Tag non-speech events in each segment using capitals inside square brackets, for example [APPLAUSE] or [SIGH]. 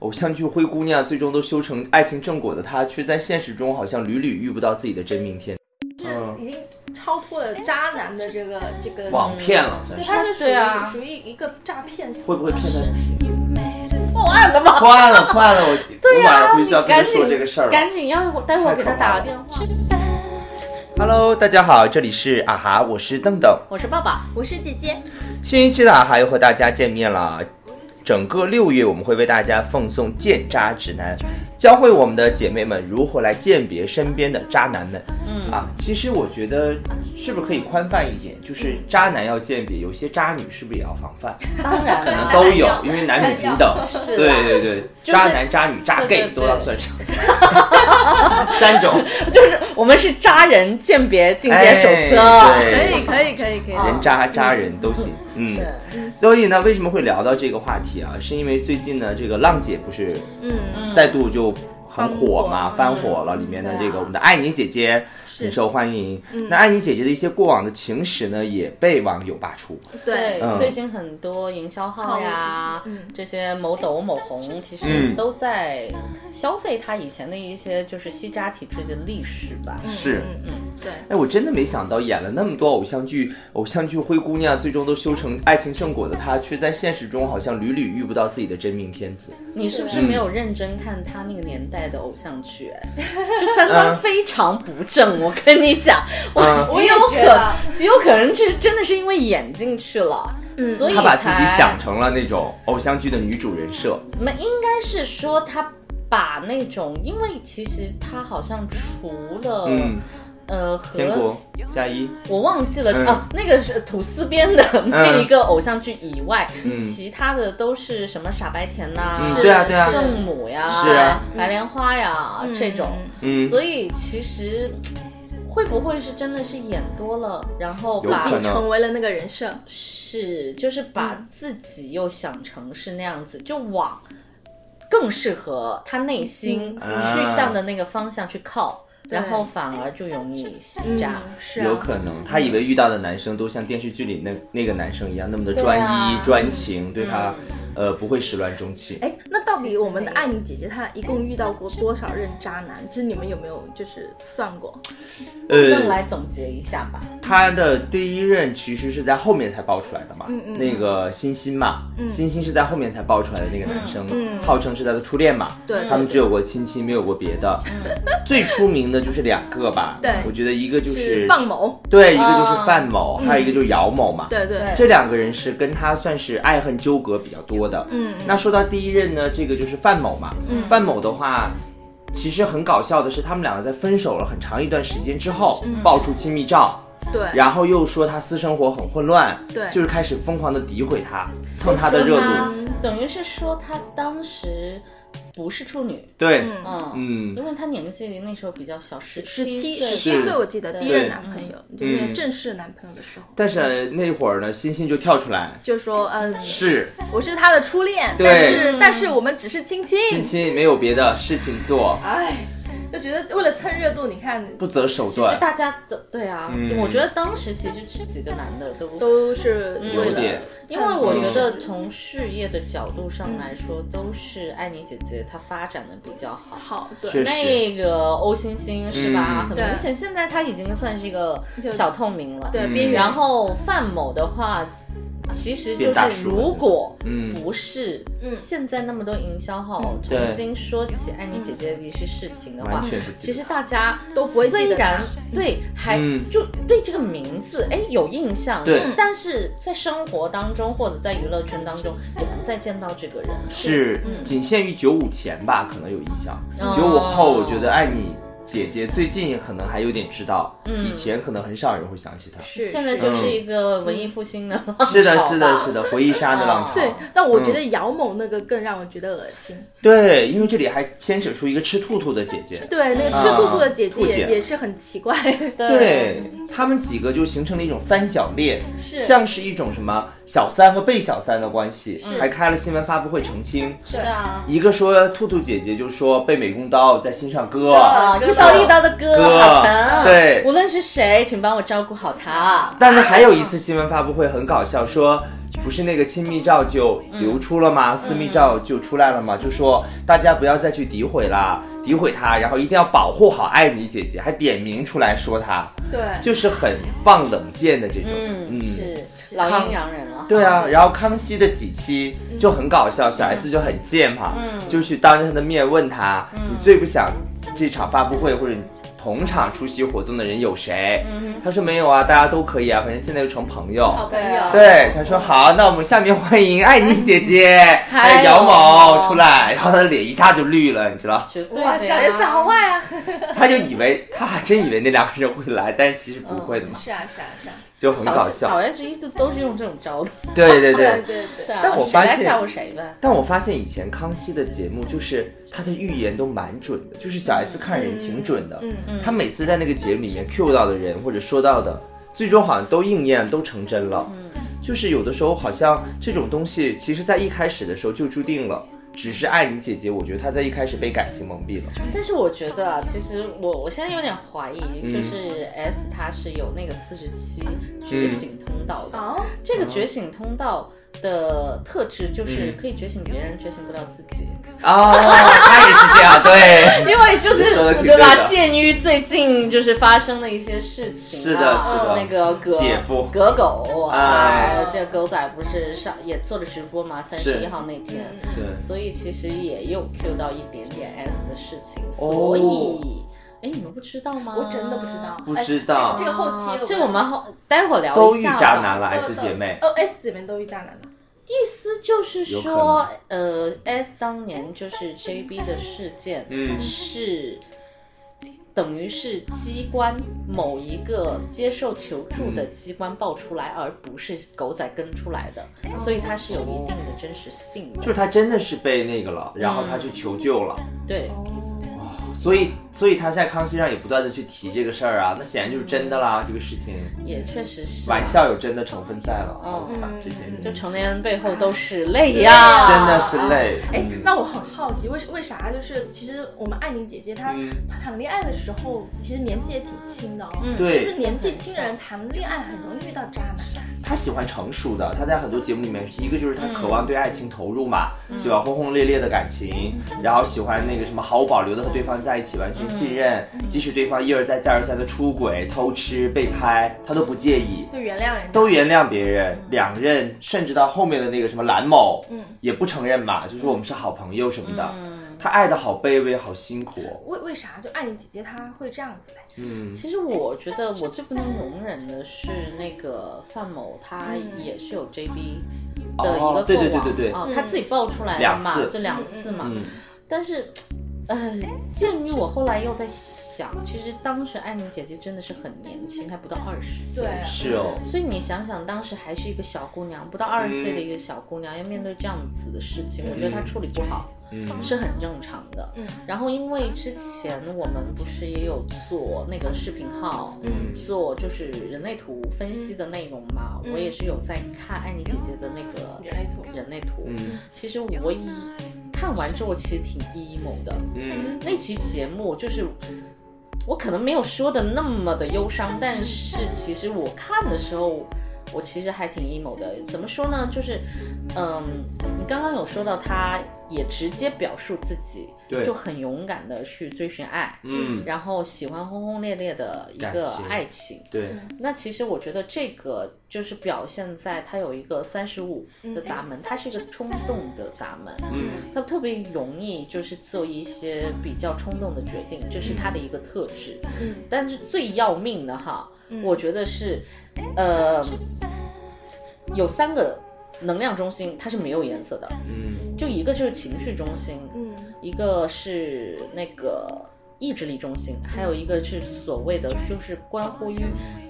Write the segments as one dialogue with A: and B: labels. A: 偶像剧《灰姑娘》最终都修成爱情正果的她，却在现实中好像屡屡遇不到自己的真命天子，
B: 嗯
C: 是已经超脱了渣男的这个这个，
A: 网骗了算
C: 对，
A: 是。
C: 他是属于、
B: 哎对啊
C: 属于一个诈骗死
A: 会不会骗她钱？
C: 破案的吗？
A: 坏了坏了，我、我晚上回去就要跟她
B: 赶
A: 说
B: 紧
A: 这个事儿了。
B: 啊赶紧要待会儿给他打个电话。
A: Hello，大家好，这里是啊哈，我是邓邓。
B: 我是爸爸，
C: 我是姐姐，
A: 新一期的啊哈又和大家见面了。整个六月，我们会为大家奉送《鉴渣指南》，教会我们的姐妹们如何来鉴别身边的渣男们。嗯啊，其实我觉得是不是可以宽泛一点，就是渣男要鉴别，有些渣女是不是也要防范？
B: 当然
A: 可能
B: 了，
A: 都有，因为男女平等。
B: 是啊
A: 对对对，
B: 是
A: 渣男、渣女、渣
B: 对
A: gay
B: 对对
A: 都要算上，三
B: [LAUGHS]
A: 种
B: 就是我们是渣人鉴别进阶手册，
A: 哎
B: 可
A: 对
B: 以可以可以
C: 哦
B: 可以。
A: 人渣、渣人都行。嗯，
B: 啊是
A: 所以呢，为什么会聊到这个话题啊？是因为最近呢，这个浪姐不是
C: 嗯，
A: 再度就很火嘛，翻
C: 翻火
A: 火了。里面的
C: 对啊嗯
A: 这个我们的爱你姐姐很受欢迎，那爱你姐姐的一些过往的情史呢，也被网友扒出。
C: 对，
A: 嗯
B: 最近很多营销号呀，
C: 嗯
B: 这些某抖、某红，其实
A: 嗯
B: 都在消费他以前的一些就是吸渣体制的历史吧。
A: 是，
C: 嗯嗯，对，
A: 哎，我真的没想到，演了那么多偶像剧，偶像剧《灰姑娘》最终都修成爱情圣果的她，却在现实中好像屡屡遇不到自己的真命天子。
B: 你是不是没有认真看他那个年代的偶像剧？哎就三观非常不正，我跟你讲，我
A: 嗯
B: 极有
C: 我也觉得
B: 可极有可能是真的是因为演进去了，所以
A: 她把自己
B: 才
A: 想成了那种偶像剧的女主人设。
B: 那应该是说他把那种，因为其实他好像除了、
A: 嗯，
B: 呃
A: 天
B: 和
A: 国加一，
B: 我忘记了、
A: 嗯
B: 啊，那个是吐司边的那一个偶像剧以外，
A: 嗯
B: 其他的都是什么傻白甜呐、
A: 嗯对啊对啊
B: 圣母呀，
A: 是啊
B: 白莲花呀、这种，
A: 嗯，
B: 所以其实。会不会是真的是演多了，然后
A: 有
B: 把
A: 可能
C: 成为了那个人设，
B: 是，就是把
C: 嗯
B: 自己又想成是那样子，就往更适合他内心
A: 嗯
B: 去向的那个方向去靠，然
C: 对
B: 后反而就容易吸
C: 嗯
B: 渣。，
C: 是啊
A: 有可能，她以为遇到的男生都像电视剧里那那个男生一样，那么的
B: 对
A: 专一、
B: 啊
A: 专情，对她，呃，不会始乱终弃。
C: 嗯哎，那到底我们的爱你姐姐她一共遇到过多少任渣男？就是你们有没有就是算过？
B: 那
A: 呃，
B: 来总结一下吧，
A: 她的第一任其实是在后面才爆出来的嘛，
C: 嗯嗯
A: 那个欣欣嘛，欣欣是在后面才爆出来的那个男生，
C: 嗯
A: 号称是她的初恋嘛，
C: 对嗯
A: 他们只有过亲亲，没有过别的。最出名的就是两个吧，
C: 对
A: 我觉得一个就是
C: 范，某，啊嗯
A: 对，一个就是范某，还有一个就是姚某嘛，
C: 对对
B: 对
A: 这两个人是跟他算是爱恨纠葛比较多的。
C: 嗯
A: 那说到第一任呢，这个就是范某嘛。
B: 嗯
A: 范某的话，其实很搞笑的是，他们两个在分手了很长一段时间之后，爆出亲密照，
C: 对
A: 然后又说他私生活很混乱，
C: 对
A: 就是开始疯狂的诋毁他，蹭他的热
B: 说他
A: 度。
B: 等于是说他当时不是处女，
A: 对，
B: 嗯，
A: 嗯，
B: 因为他年纪那时候比较小，十
C: 十七
B: 岁
C: 十
A: 是
C: 七岁，我记得第一任男朋友，就
A: 嗯
C: 是正式男朋友的时候，
A: 但是那会儿呢，欣欣就跳出来，
C: 就说嗯，
A: 是
C: 我是他的初恋，
A: 对
C: 但是但是我们只是亲亲，
A: 欣欣没有别的事情做，
C: 哎，就觉得为了蹭热度，你看
A: 不择手
B: 其实
A: 段，
B: 大家的对啊，
A: 嗯
B: 我觉得当时其实这几个男的都
C: 都是为
A: 有
C: 了
A: 点。
B: 因为我觉
A: 嗯
B: 得从事业的角度上来说，都是爱你姐姐她发展的比较好。
C: 好，
A: 确实
C: 对，
B: 那个欧欣欣是吧？
A: 嗯
B: 很明显，现在她已经算是一个小透明了。
C: 对
A: 嗯
C: 边缘，
B: 然后范某的话，其实就
A: 变大
B: 是
A: 叔了
B: 如果
A: 嗯
B: 不是现在那么多营销号
A: 对
B: 重新说起爱你姐姐的一些事情的话
A: 完全不记得，
B: 其实大家
C: 都不会记得
B: 虽然对还
A: 嗯
B: 就对这个名字哎有印象，
A: 对
B: 嗯但是在生活当中或者在娱乐圈当中也不再见到这个人。
A: 嗯是仅限于九五前吧，可能有印象。
B: 哦
A: 九五后，我觉得爱你姐姐最近可能还有点知道，以前可能很少人会想起她。
C: 是
B: 现在
C: 是
B: 就是一个文艺复兴的浪潮吧，
A: 嗯是的，是的，是的，回忆杀的浪潮。
C: 对，但我觉得姚某那个更让我觉得恶心。
A: 对，因为这里还牵扯出一个吃兔兔的姐姐。
C: 对，那个
A: 啊
C: 吃兔兔的姐姐
A: 兔姐
C: 也也是很奇 [LAUGHS] 怪。
A: 对他们几个就形成了一种三角恋，
C: 是
A: 像是一种什么小三和被小三的关系，还开了新闻发布会澄清。
B: 是啊。
A: 一个说兔兔姐姐就说被美工刀在心上割，
B: 啊，
C: 割
B: 一刀一刀的割，
A: 割
B: 好疼。
A: 对
B: 无论是谁，请帮我照顾好他。
A: 但是还有一次新闻发布会很搞笑，说不是那个亲密照就流出了
B: 嗯
A: 吗？私密照就出来了吗？就说大家不要再去诋毁啦，诋毁她，然后一定要保护好爱你姐姐，还点名出来说她，
C: 对，
A: 就是很放冷箭的这种。
B: 嗯，是
A: 康
B: 老阴阳人了。
A: 对啊，然后康熙的几期就很搞笑，小 S 就很贱嘛，
B: 嗯
A: 就去当着他的面问他，你最不想这场发布会或者你同场出席活动的人有谁？
B: 嗯
A: 他说没有啊，大家都可以啊，反正现在就成朋友。
B: 哦
C: 好朋友，
A: 对，他说好，那我们下面欢迎爱你姐姐，
B: 嗯嗨
A: 还有姚
B: 哦
A: 某出来，然后他的脸一下就绿了，你知
B: [LAUGHS]
A: 道？
B: 绝对
C: 哇，
B: 的
C: 小
B: 呀
C: S 好坏啊！
A: 他就以为他还真以为那两个人会来，但是其实不会的嘛，
C: 是啊，是啊，是啊，
A: 就很
B: 小
A: 搞
B: 嗯小
A: 笑。
B: S 一直都是用这种招的，
A: 对对
C: 对
A: 对。
B: [LAUGHS]
C: 对对，
B: 啊
A: 但我
B: 谁
A: 发
B: 来
A: 现
B: 吓唬谁呗。
A: 但我发现以前康熙的节目就是他的预言都蛮准的，就是小 S 看人挺准的。
C: 嗯
B: 嗯
A: 他每次在那个节目里面 Q 到的人或者说到的，最终好像都应验都成真了。就是有的时候好像这种东西，其实在一开始的时候就注定了。只是爱你姐姐，我觉得她在一开始被感情蒙蔽了。
B: 但是我觉得啊，其实我我现在有点怀疑，
A: 嗯
B: 就是 S 他是有那个四十七觉醒通道的。
C: 哦，
B: 这个觉醒通道的特质
A: 嗯
B: 就是可以觉醒别人，觉醒不了自己。
A: 哦，她也是这样，
B: [LAUGHS]
A: 对。 [LAUGHS]
B: 因为就是
A: 你说得挺
B: 对
A: 对
B: 吧？
A: 的
B: 鉴于最近就是发生的一些事情、啊，
A: 是的是的
B: 那个葛
A: 姐夫
B: 葛狗啊，
A: 哎
B: 这个狗仔不是上也做了直播嘛？三十一号那天，
A: 嗯对
B: 所以其实也有 Q 到一点点 S 的事情，
A: 哦
B: 所以哎，你们不知道吗？
C: 我真的不知道，
A: 不
C: 哎
A: 知道
C: 这个这个后期
B: 这我们后待会儿聊
A: 都
B: 一
A: 遇
B: 下吧。
A: 渣男了
C: 都
A: ，S 姐妹。
C: 哦，S 姐妹都遇渣男了，
B: 意思就是
A: 有可能
B: 说，呃，S 当年就是 JB 的事件，
A: 嗯
B: 是等于是机关某一个接受求助的机关爆出来，而不是狗仔跟出来的，所以它是有一定的真实性
A: 就
B: 的。
A: 是她真的是被那个了，然后她去求救了，
B: 对，
A: 所以所以她在康熙上也不断的去提这个事儿啊，那显然就是真的啦，这个事情
B: 也确实是，
A: 玩笑有真的成分在了，
B: 嗯
A: 我操，这些人
B: 就成年人背后都是泪呀，
A: 真的是累，
C: 哎
A: 嗯，
C: 那我很好奇，为为啥就是其实我们爱你姐姐她
A: 嗯
C: 她谈恋爱的时候，其实年纪也挺轻的哦，
B: 嗯
C: 是不是
A: 对
C: 年纪轻的人谈恋爱很容易遇到渣男？
A: 他喜欢成熟的，他在很多节目里面，一个就是他渴望对爱情投入嘛，喜欢轰轰烈烈的感情，然后喜欢那个什么毫无保留的和对方在一起，完全信任，即使对方一而再再而三的出轨、偷吃、被拍，他都不介意。
C: 就原谅人家，
A: 都原谅别人，两任甚至到后面的那个什么蓝某，
C: 嗯
A: 也不承认嘛，就说我们是好朋友什么的。
B: 嗯
A: 他爱的好卑微，好辛苦。
C: 为为啥就爱你姐姐她会这样子嘞？
A: 嗯，
B: 其实我觉得我最不能容忍的是那个范某，他
C: 嗯
B: 也是有 JB
A: 哦
B: 的一个过往，
A: 对对对对对
B: 啊
C: 嗯
B: 他自己爆出来了
A: 两
B: 嘛
A: 次，
B: 这两次嘛。
A: 嗯
B: 但是，呃，鉴于我后来又在想，其实当时艾米姐姐真的是很年轻，还不到二十岁。
C: 对
A: 是哦，
B: 所以你想想，当时还是一个小姑娘，不到二十岁
A: 嗯
B: 的一个小姑娘，要面对这样子的事情，我觉得她处理不好。
A: 嗯
B: 是很正常的。
C: 嗯
B: 然后因为之前我们不是也有做那个视频号，
C: 嗯
B: 做就是人类图分析的内容嘛，我也是有在看艾妮姐姐的那个
C: 人类图
B: 人类图。
A: 嗯
B: 其实我一看完之后，其实挺 emo 的。
A: 嗯，
B: 那期节目就是。我可能没有说的那么的忧伤，但是其实我看的时候，我其实还挺 emo 的。怎么说呢？就是，嗯，你刚刚有说到，他也直接表述自己，
A: 对
B: 就很勇敢的去追寻爱，
A: 嗯
B: 然后喜欢轰轰烈烈的一
A: 感
B: 个
A: 情
B: 爱情。
A: 对，
B: 那其实我觉得这个就是表现在他有一个三十五
C: 嗯
B: 的闸
C: 哎
B: 门，他是一个冲动的闸门，
A: 嗯
B: 他特别容易就是做一些比较冲动的决定，这是他的一个特质。
C: 嗯，
B: 但是最要命的哈，我觉得是，
C: 哎
B: 呃，有三个能量中心它是没有颜色的，
A: 嗯
B: 就一个就是情绪中心，
C: 嗯
B: 一个是那个意志力中心，还有一个是所谓的就是关乎于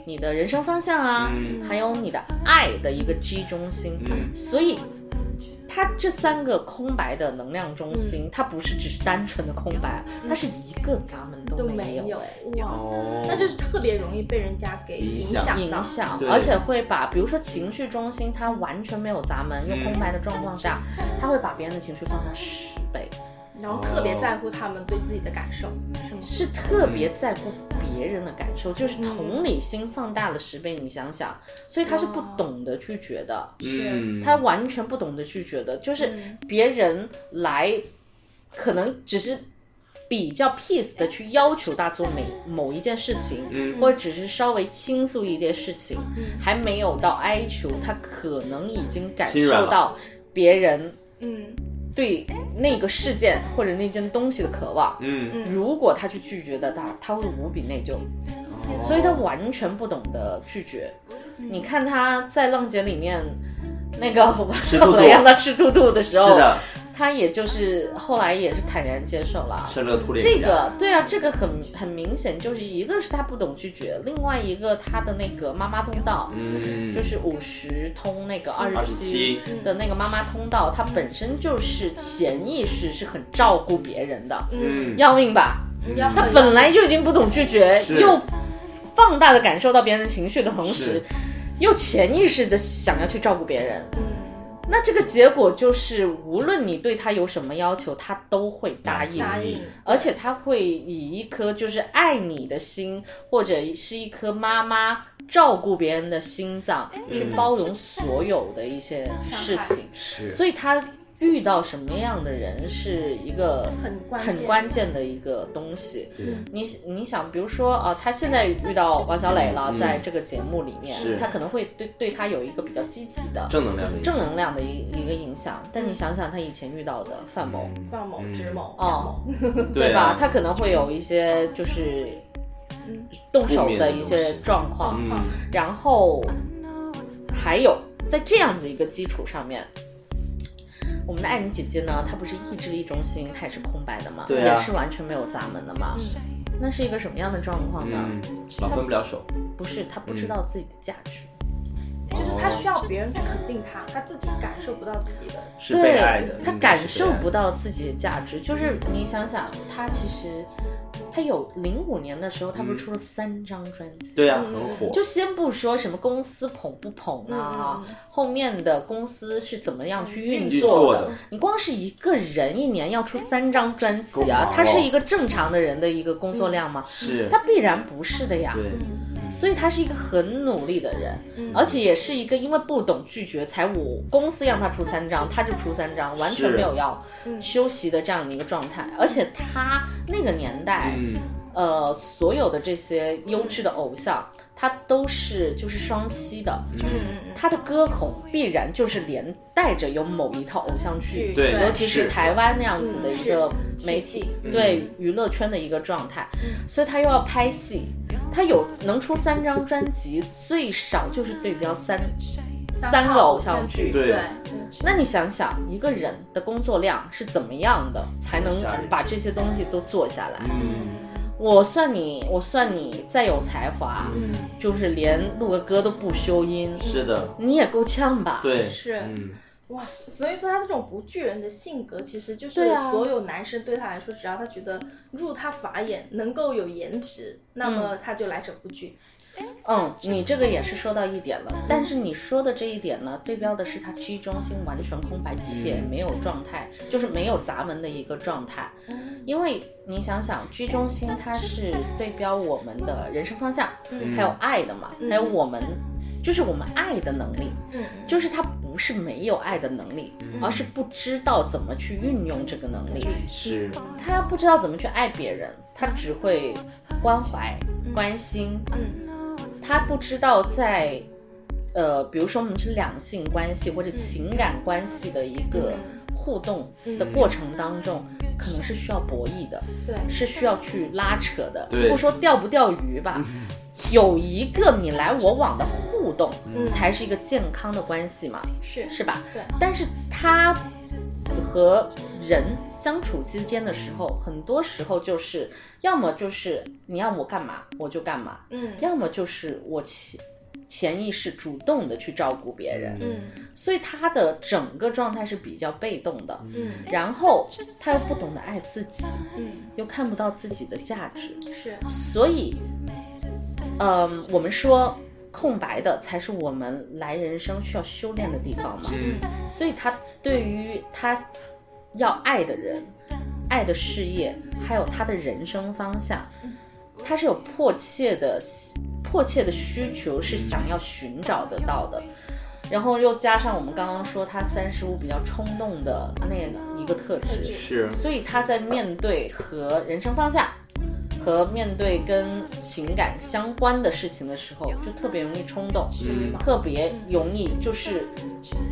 B: 你的人生方向啊，
A: 嗯
B: 还有你的爱的一个 G 中心，
A: 嗯
B: 所以。它这三个空白的能量中心，
C: 嗯
B: 它不是只是单纯的空白，它是一个闸门都
C: 都
B: 没
C: 没
B: 有，
C: 有哇，
A: 哦，
C: 那就是特别容易被人家给
A: 影
C: 影
A: 响
C: 响
B: 影
C: 到，
B: 响
A: 对，
B: 而且会把，比如说情绪中心，它完全没有闸门又空白的状况下，
A: 嗯
B: 它会把别人的情绪放大十倍，
C: 然后特别在乎他们对自己的感受，是吗？
B: 是特别在乎别别人的感受，就是同理心放大了十倍。你想想，所以他是不懂得拒绝的，
A: 嗯，
B: 他完全不懂得拒绝的，就是别人来，可能只是比较 peace 的去要求他做每某一件事情，
A: 嗯
B: 或者只是稍微倾诉一点事情，还没有到哀求，他可能已经感
A: 心软
B: 受
A: 了
B: 到别人
C: 嗯
B: 对那个事件或者那件东西的渴望。
A: 嗯，
B: 如果他去拒绝的，他他会无比内疚，
A: 哦
B: 所以他完全不懂得拒绝。
A: 嗯
B: 你看他在《浪姐》里面，那个我
A: 吃兔
B: 后
A: 兔
B: 来让他吃兔兔的时候，
A: 是的，
B: 他也就是后来也是坦然接受了。
A: 吃了个兔脸
B: 这
A: 颊
B: 个对啊，这个很很明显，就是一个是他不懂拒绝，另外一个他的那个妈妈通道，
A: 嗯，
B: 就是五十通那个二
A: 二十
B: 十七
A: 七，
B: 的那个妈妈通道，它本身就是潜意识是很照顾别人的，
A: 嗯，
B: 要命吧？
C: 要
B: 他本来就已经不懂拒绝，
A: 是
B: 又放大的感受到别人的情绪的同时
A: 是，
B: 又潜意识的想要去照顾别人，
C: 嗯
B: 那这个结果就是，无论你对他有什么要求，他都会答应。
C: 答应，
B: 而且他会以一颗就是爱你的心，或者是一颗妈妈照顾别人的心脏，
C: 哎
B: 去包容所有的一些事情。
A: 是
B: 所以他遇到什么样的人是一个
C: 很关键
B: 很关键的一个东西。
A: 对
B: 你你想，比如说啊、呃他现在遇到王小磊了，在这个节目里面
A: 嗯是，
B: 他可能会对对他有一个比较积极的
A: 正能量的一
B: 正
A: 面
B: 能量的一一个影响。但你想想，他以前遇到的范某。
C: 范某、直某、
B: 哦
C: 杨某，
A: 嗯对
B: 对吧
A: 啊？
B: 他可能会有一些就是动手的一些状况，
A: 嗯
B: 然后还有在这样子一个基础上面。我们的艾妮姐姐呢，她不是意志力中心，她也是空白的嘛，
A: 对啊
B: 也是完全没有闸门的嘛。那是一个什么样的状况呢？
A: 嗯，老分不了手，
B: 不是，她
A: 嗯
B: 不知道自己的价值。
C: 就是他需要别人去肯定他，他自己感受不到自己的。
A: 是
B: 对，
A: 被爱的，
B: 他
A: 应该
B: 感
A: 是被
B: 受
A: 爱的
B: 不到自己的价值。就是你想想，他其实他有零五年的时候，他不是出了三张专辑？
A: 嗯对啊，很火，
B: 嗯就先不说什么公司捧不捧啊，后面的公司是怎么样去嗯运作
A: 运作的
B: 你光是一个人一年要出三张专
A: 够
B: 辑
A: 忙
B: 啊
A: 了，
B: 他是嗯一个正常的人的一个工作量吗？
A: 是
B: 他必然不是的呀，
A: 对，
C: 嗯
B: 所以他是一个很努力的人，而且也是一个因为不懂拒绝，才我公司让他出三张，他就出三张，完全
A: 是
B: 没有要休息的这样的一个状态。而且他那个年代，
A: 嗯，
B: 呃，所有的这些优质的偶像，他都是就是双栖的，
C: 嗯
B: 他的歌红必然就是连带着有某一套偶像剧，
A: 对
B: 嗯尤其
A: 是
B: 是台湾那样子的一个
C: 是
B: 媒
C: 体
B: 体
C: 系
B: 对娱乐圈的一个状态，所以他又要拍戏，他有能出三张专辑，最少就是对标三三个偶像剧，
A: 对
B: 那你想想，一个人的工作量是怎么样的，才能
A: 吓人
B: 把这些东西都做下来？
A: 嗯，
B: 我算你，我算你再有才华，就是连录个歌都不修音，
A: 是的，
B: 你也够呛吧？，
A: 对，
C: 是
A: 嗯，
C: 哇，所以说他这种不拒人的性格，其实就是
B: 对啊
C: 所有男生对他来说，只要他觉得入他法眼，能够有颜值，那么他就来者不拒。
B: 嗯，你这个也是说到一点了，但是你说的这一点呢，对标的是他 G 中心完全空白且没有状态，就是没有闸门的一个状态，因为你想想 G 中心它是对标我们的人生方向，还有爱的嘛，还有我们就是我们爱的能力，
C: 嗯，
B: 就是他不是没有爱的能力，而是不知道怎么去运用这个能力。
A: 是，
B: 嗯他不知道怎么去爱别人，他只会关怀、关心。嗯，他不知道在，呃，比如说我们是两性关系或者情感关系的一个互动的过程当中，可能是需要博弈的，
C: 对，
B: 是需要去拉扯的，
A: 对
B: 不说钓不钓鱼吧。 [LAUGHS] 有一个你来我往的互动，才是一个健康的关系嘛。
C: 是
B: 是吧？
C: 对
B: 但是他和人相处之间的时候，很多时候就是要么就是你让我干嘛我就干嘛，
C: 嗯
B: 要么就是我潜潜意识主动的去照顾别人，
C: 嗯
B: 所以他的整个状态是比较被动的。
C: 嗯
B: 然后他又不懂得爱自己，
C: 嗯，
B: 又看不到自己的价值，
C: 是
B: 所以，嗯，我们说空白的才是我们来人生需要修炼的地方嘛。
A: 嗯，
B: 所以他对于他要爱的人、爱的事业，还有他的人生方向，他是有迫切的迫切的需求，是想要寻找得到的。然后又加上我们刚刚说他三十五比较冲动的那个一个特
C: 特质，
B: 质
A: 是
B: 所以他在面对和人生方向和面对跟情感相关的事情的时候，就特别容易冲动，
A: 嗯
B: 特别容易就是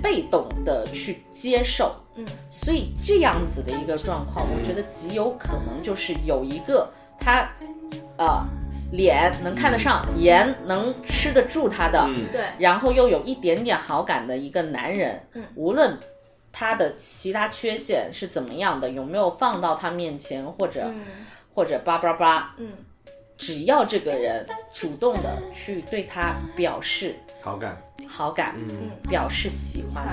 B: 被动的去接受。
C: 嗯，
B: 所以这样子的一个状况，我觉得极有可能就是有一个他，呃，脸能看得上，盐能吃得住他的，
A: 嗯
C: 对，嗯
B: 然后又有一点点好感的一个男人，无论他的其他缺陷是怎么样的，有没有放到他面前，或者、
C: 嗯
B: 或者叭叭叭，
C: 嗯，
B: 只要这个人主动的去对他表示
A: 好感。
B: 好感，
C: 嗯
B: 表示喜欢，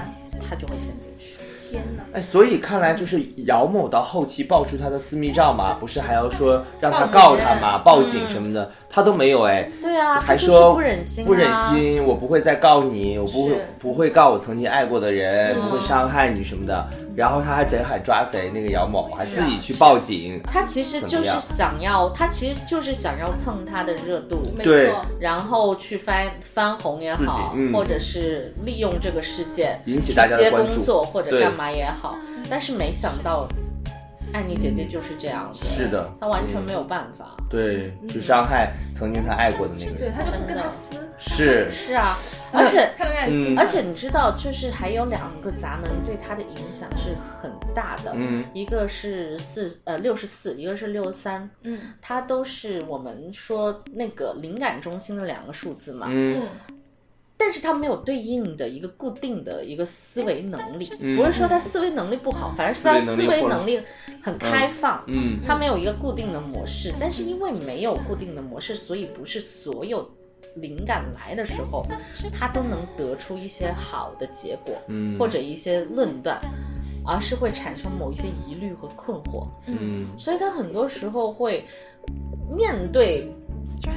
B: 他就会陷进去。
C: 天哪，
A: 哎，所以看来就是姚某到后期爆出他的私密照嘛，不是还要说让他告
B: 哎
A: 他嘛，报
B: 嗯
A: 警什么的，他都没有哎，
B: 对啊，他
A: 还
B: 就是
A: 说
B: 不忍心、啊，
A: 不忍心，我不会再告你，我不会
C: 是
A: 不会告我曾经爱过的人，
B: 嗯
A: 不会伤害你什么的。然后他还贼喊抓贼，那个姚某还
B: 啊
A: 自己去报警，
B: 他其实
A: 怎
B: 就
A: 么
B: 是
A: 样
B: 想要，他其实就是想要蹭他的热度，
C: 没
A: 对
C: 错，
B: 然后去翻翻红也好
A: 自己，嗯
B: 或者是利用这个事件
A: 引起大家
B: 接
A: 的关
B: 工
A: 注。
B: 作或者
A: 对
B: 干嘛也好。但是没想到，安妮姐姐就是这样子，
A: 是的，
B: 她完全
A: 嗯
B: 没有办法。
A: 对，去伤害曾经他爱过的那个
C: 对，
A: 人，
C: 他就不跟他撕，
A: 是
B: 是啊，而且
C: 看得让
A: 嗯
C: 人心
B: 而且你知道，就是还有两个闸门对他的影响是很大的，
A: 嗯
B: 一个是四呃六十四，一个是六十三，
C: 嗯
B: 它都是我们说那个灵感中心的两个数字嘛，
A: 嗯
C: 嗯，
B: 但是它没有对应的一个固定的一个思维能力，
A: 嗯
B: 不是说他思维能力不好，反而是他
A: 思维能
B: 思
A: 力
B: 维
A: 或者
B: 能力很开放，
A: 嗯
B: 它没有一个固定的模式，但是因为没有固定的模式，所以不是所有灵感来的时候，它都能得出一些好的结果，
A: 嗯
B: 或者一些论断，而是会产生某一些疑虑和困惑，
A: 嗯
B: 所以他很多时候会面对。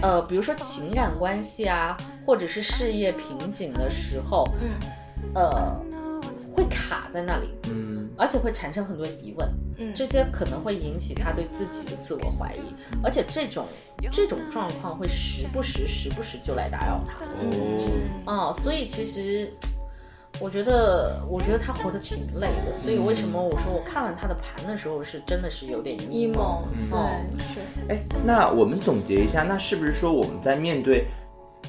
B: 呃，比如说情感关系啊，或者是事业瓶颈的时候，
C: 嗯
B: 呃，会卡在那里，
A: 嗯
B: 而且会产生很多疑问。
C: 嗯，
B: 这些可能会引起他对自己的自我怀疑，而且这种这种状况会时不时、时不时就来打扰他。
A: 哦
B: 哦，所以其实我觉得，我觉得他活得挺累的。所以为什么我说我看完他的盘的时候，是真的是有点 emo。
C: emo，
B: 嗯
C: 对，是，
A: 哎，那我们总结一下，那是不是说我们在面对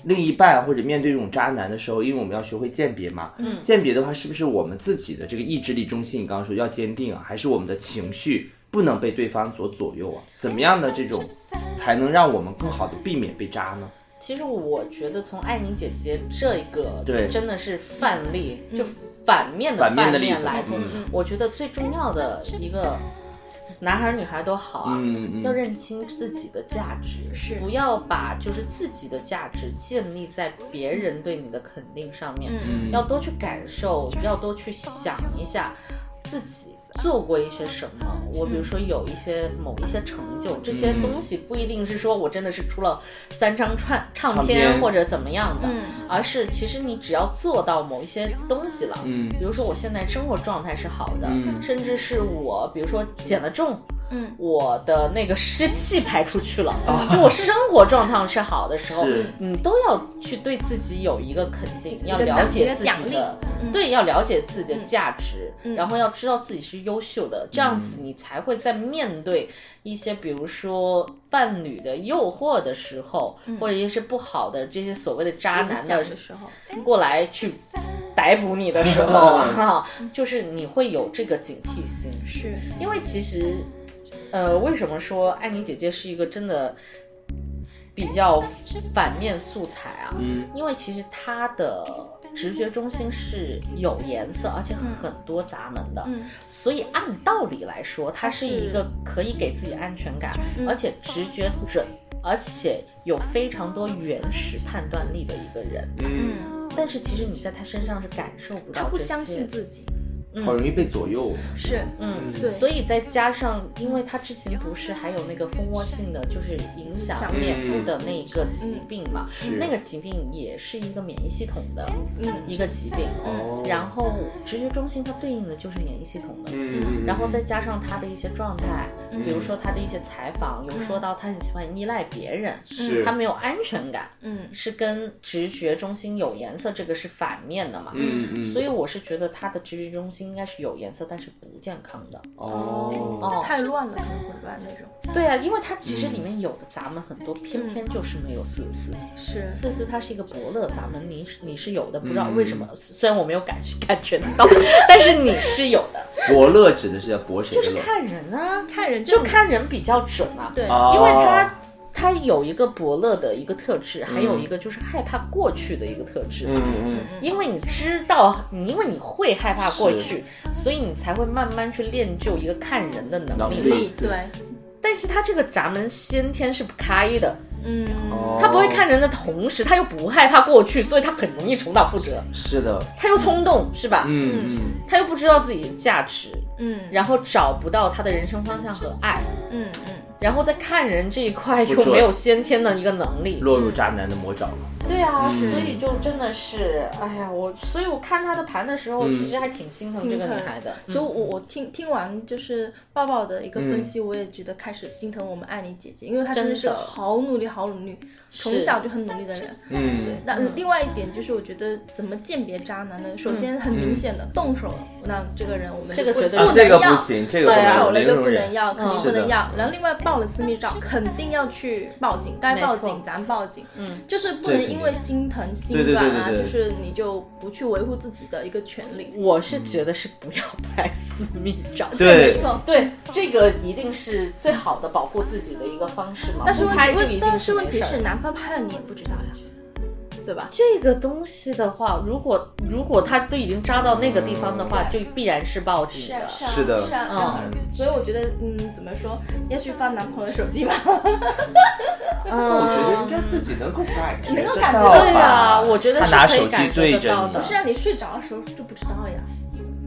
A: 另一半或者面对这种渣男的时候，因为我们要学会鉴别嘛？
B: 嗯
A: 鉴别的话，是不是我们自己的这个意志力中心，你刚刚说要坚定啊，还是我们的情绪不能被对方所左右啊？怎么样的这种才能让我们更好的避免被渣呢？
B: 其实我觉得从爱你姐姐这个
A: 对
B: 真的是范例，就反面的
A: 反面的例
B: 面
A: 子
B: 来，
A: 嗯
B: 我觉得最重要的一个，男孩儿女孩都好啊，
A: 嗯
B: 要
A: 嗯
B: 认清自己的价值，
C: 是
B: 不要把就是自己的价值建立在别人对你的肯定上面，
C: 嗯
B: 要多去感受，要多去想一下自己做过一些什么。我比如说有一些某一些成就，这些东西不一定是说我真的是出了三张唱唱
A: 唱
B: 片
A: 片
B: 或者怎么样的，
C: 嗯
B: 而是其实你只要做到某一些东西了，
A: 嗯
B: 比如说我现在生活状态是好的，
A: 嗯
B: 甚至是我比如说减了重，
C: 嗯，
B: 我的那个湿气排出去了，就我生活状态是好的时候
A: 哦是，
B: 你都要去对自己有一个肯定，要
C: 一个
B: 了
C: 奖一
B: 解
C: 个
B: 自
C: 奖
B: 己
C: 励
B: 的，
C: 嗯
B: 对，要了解自己的价值，
C: 嗯
B: 然后要知道自己是优秀的，这样
A: 嗯
B: 子你才会在面对一些比如说伴侣的诱惑的时候，或者一些不好的这些所谓的渣
C: 你
B: 男
C: 想
B: 的
C: 嗯的时候，哎
B: 过来去逮捕你的时候，哈，就是你会有这个警惕心。
C: 是，
B: 因为其实，呃，为什么说安妮姐姐是一个真的比较反面素材啊？
A: 嗯
B: 因为其实她的直觉中心是有颜色，而且很多闸门的，
C: 嗯
B: 所以按道理来说，她是一个可以给自己安全感，而且直觉准。而且有非常多原始判断力的一个人，
A: 嗯
C: 嗯，
B: 但是其实你在她身上是感受不到
C: 他不
B: 这些，
C: 相信自己，
A: 好容易被左右。哦
C: 是，
B: 嗯，
C: 对
B: 所以再加上，因为它之前不是还有那个蜂窝性的，就是影响
C: 嗯
B: 脸部的那个疾病嘛，
A: 是
B: 那个疾病也是一个免疫系统的
C: 嗯，
B: 一个疾病。
A: 哦，
B: 然后直觉中心它对应的就是免疫系统的，
A: 嗯，
B: 然后再加上他的一些状态，
C: 嗯
B: 比如说他的一些采访，有说到他很喜欢依赖别人，
A: 是
B: 他没有安全感，
C: 嗯
B: 是跟直觉中心有颜色这个是反面的嘛。
A: 嗯嗯，
B: 所以我是觉得他的直觉中心应该是有颜色，但是不健康的。
A: 哦，
B: 哦
C: 太乱了，混乱那种，
B: 对啊，因为它其
A: 嗯
B: 实里面有的闸门很多，
C: 嗯
B: 偏偏就是没有四四。
C: 是
B: 四四它是一个伯乐闸门，你是你是有的，不知道
A: 嗯
B: 为什么。虽然我没有感感觉得到， [LAUGHS] 但是你是有的，
A: 伯乐指的是叫博谁
B: 就
A: 的
B: 是
A: 乐？
B: 看人啊，
C: 看人
B: 就看人比较准啊。
C: 对，
A: 哦
B: 因为他他有一个伯乐的一个特质，还有一个就是害怕过去的一个特质。
A: 嗯嗯
B: 因为你知道，你因为你会害怕过去，所以你才会慢慢去练就一个看人的能
A: 能
B: 力嘛
A: 力。
C: 力对，
B: 但是他这个闸门先天是不开的，
C: 嗯，
A: 哦
B: 他不会看人的同时，他又不害怕过去，所以他很容易重蹈覆辙。
A: 是的，
B: 他又冲动，是吧？
A: 嗯嗯，
B: 他又不知道自己的价值，
C: 嗯，
B: 然后找不到他的人生方向和爱，
C: 嗯嗯，
B: 然后在看人这一块
A: 不
B: 又
A: 准
B: 没有先天的一个能力，
A: 落入渣男的魔爪了。
B: 对啊，
A: 嗯
B: 所以就真的是，哎呀，我所以我看她的盘的时候，
A: 嗯
B: 其实还挺心疼这个女孩的。嗯
C: 所以我我听听完就是抱抱的一个分
A: 嗯
C: 析，我也觉得开始心疼我们爱你姐姐，因为她真的是
B: 真的
C: 好努力、好努力，从小就很努力的人。
A: 嗯，
C: 那另外一点就是，我觉得怎么鉴别渣男呢？首先很明显的动手，那这个人我们
B: 嗯这个
C: 不
B: 绝对
C: 不
A: 啊，
B: 是
A: 这
C: 能
A: 个
C: 要
A: 不，行，这个
B: 啊
C: 动
A: 不
C: 手
A: 能
C: 了
A: 零
C: 啊就
A: 容
C: 不能
A: 忍。
C: 要，肯定
B: 嗯
C: 不
A: 是。的
C: 能要然后另外报了私密照，肯定要去报警，该报
B: 没
C: 警
B: 错
C: 咱报警，
B: 嗯，
C: 就是不
A: 这
C: 能
A: 肯定
C: 因为心疼、心
A: 对对
C: 软
A: 对
C: 啊，
A: 对对
C: 就是你就不去维护自己的一个权利。
B: 我是觉得是不要拍私密照。
A: 对
C: 没错。
B: 对，这个一定是最好的保护自己的一个方式嘛。
C: 但是
B: 不拍
C: 问
B: 就
C: 问，
B: 一
C: 但
B: 定
C: 是问
B: 没
C: 题
B: 事
C: 是，
B: 儿。
C: 男方拍了你也不知道呀，对吧？
B: 这个东西的话，如果如果他都已经扎到那个地方的话，
A: 嗯
B: 就必然是报警的。
A: 啊是的是
C: 啊
B: 啊
C: 所以我觉得，嗯，怎么说？也许翻男朋友的手机
B: [LAUGHS]
C: 吧。
A: 我
B: 嗯，
A: 觉得应该自己能够感觉，
C: 能够感觉
A: 到吧
B: 对啊我觉得
A: 他
B: 是
A: 拿
B: 可以
A: 手机
B: 感觉
A: 对
B: 得
A: 着
B: 到
A: 你，
B: 的
C: 不是啊，你睡着的时候就不知道呀。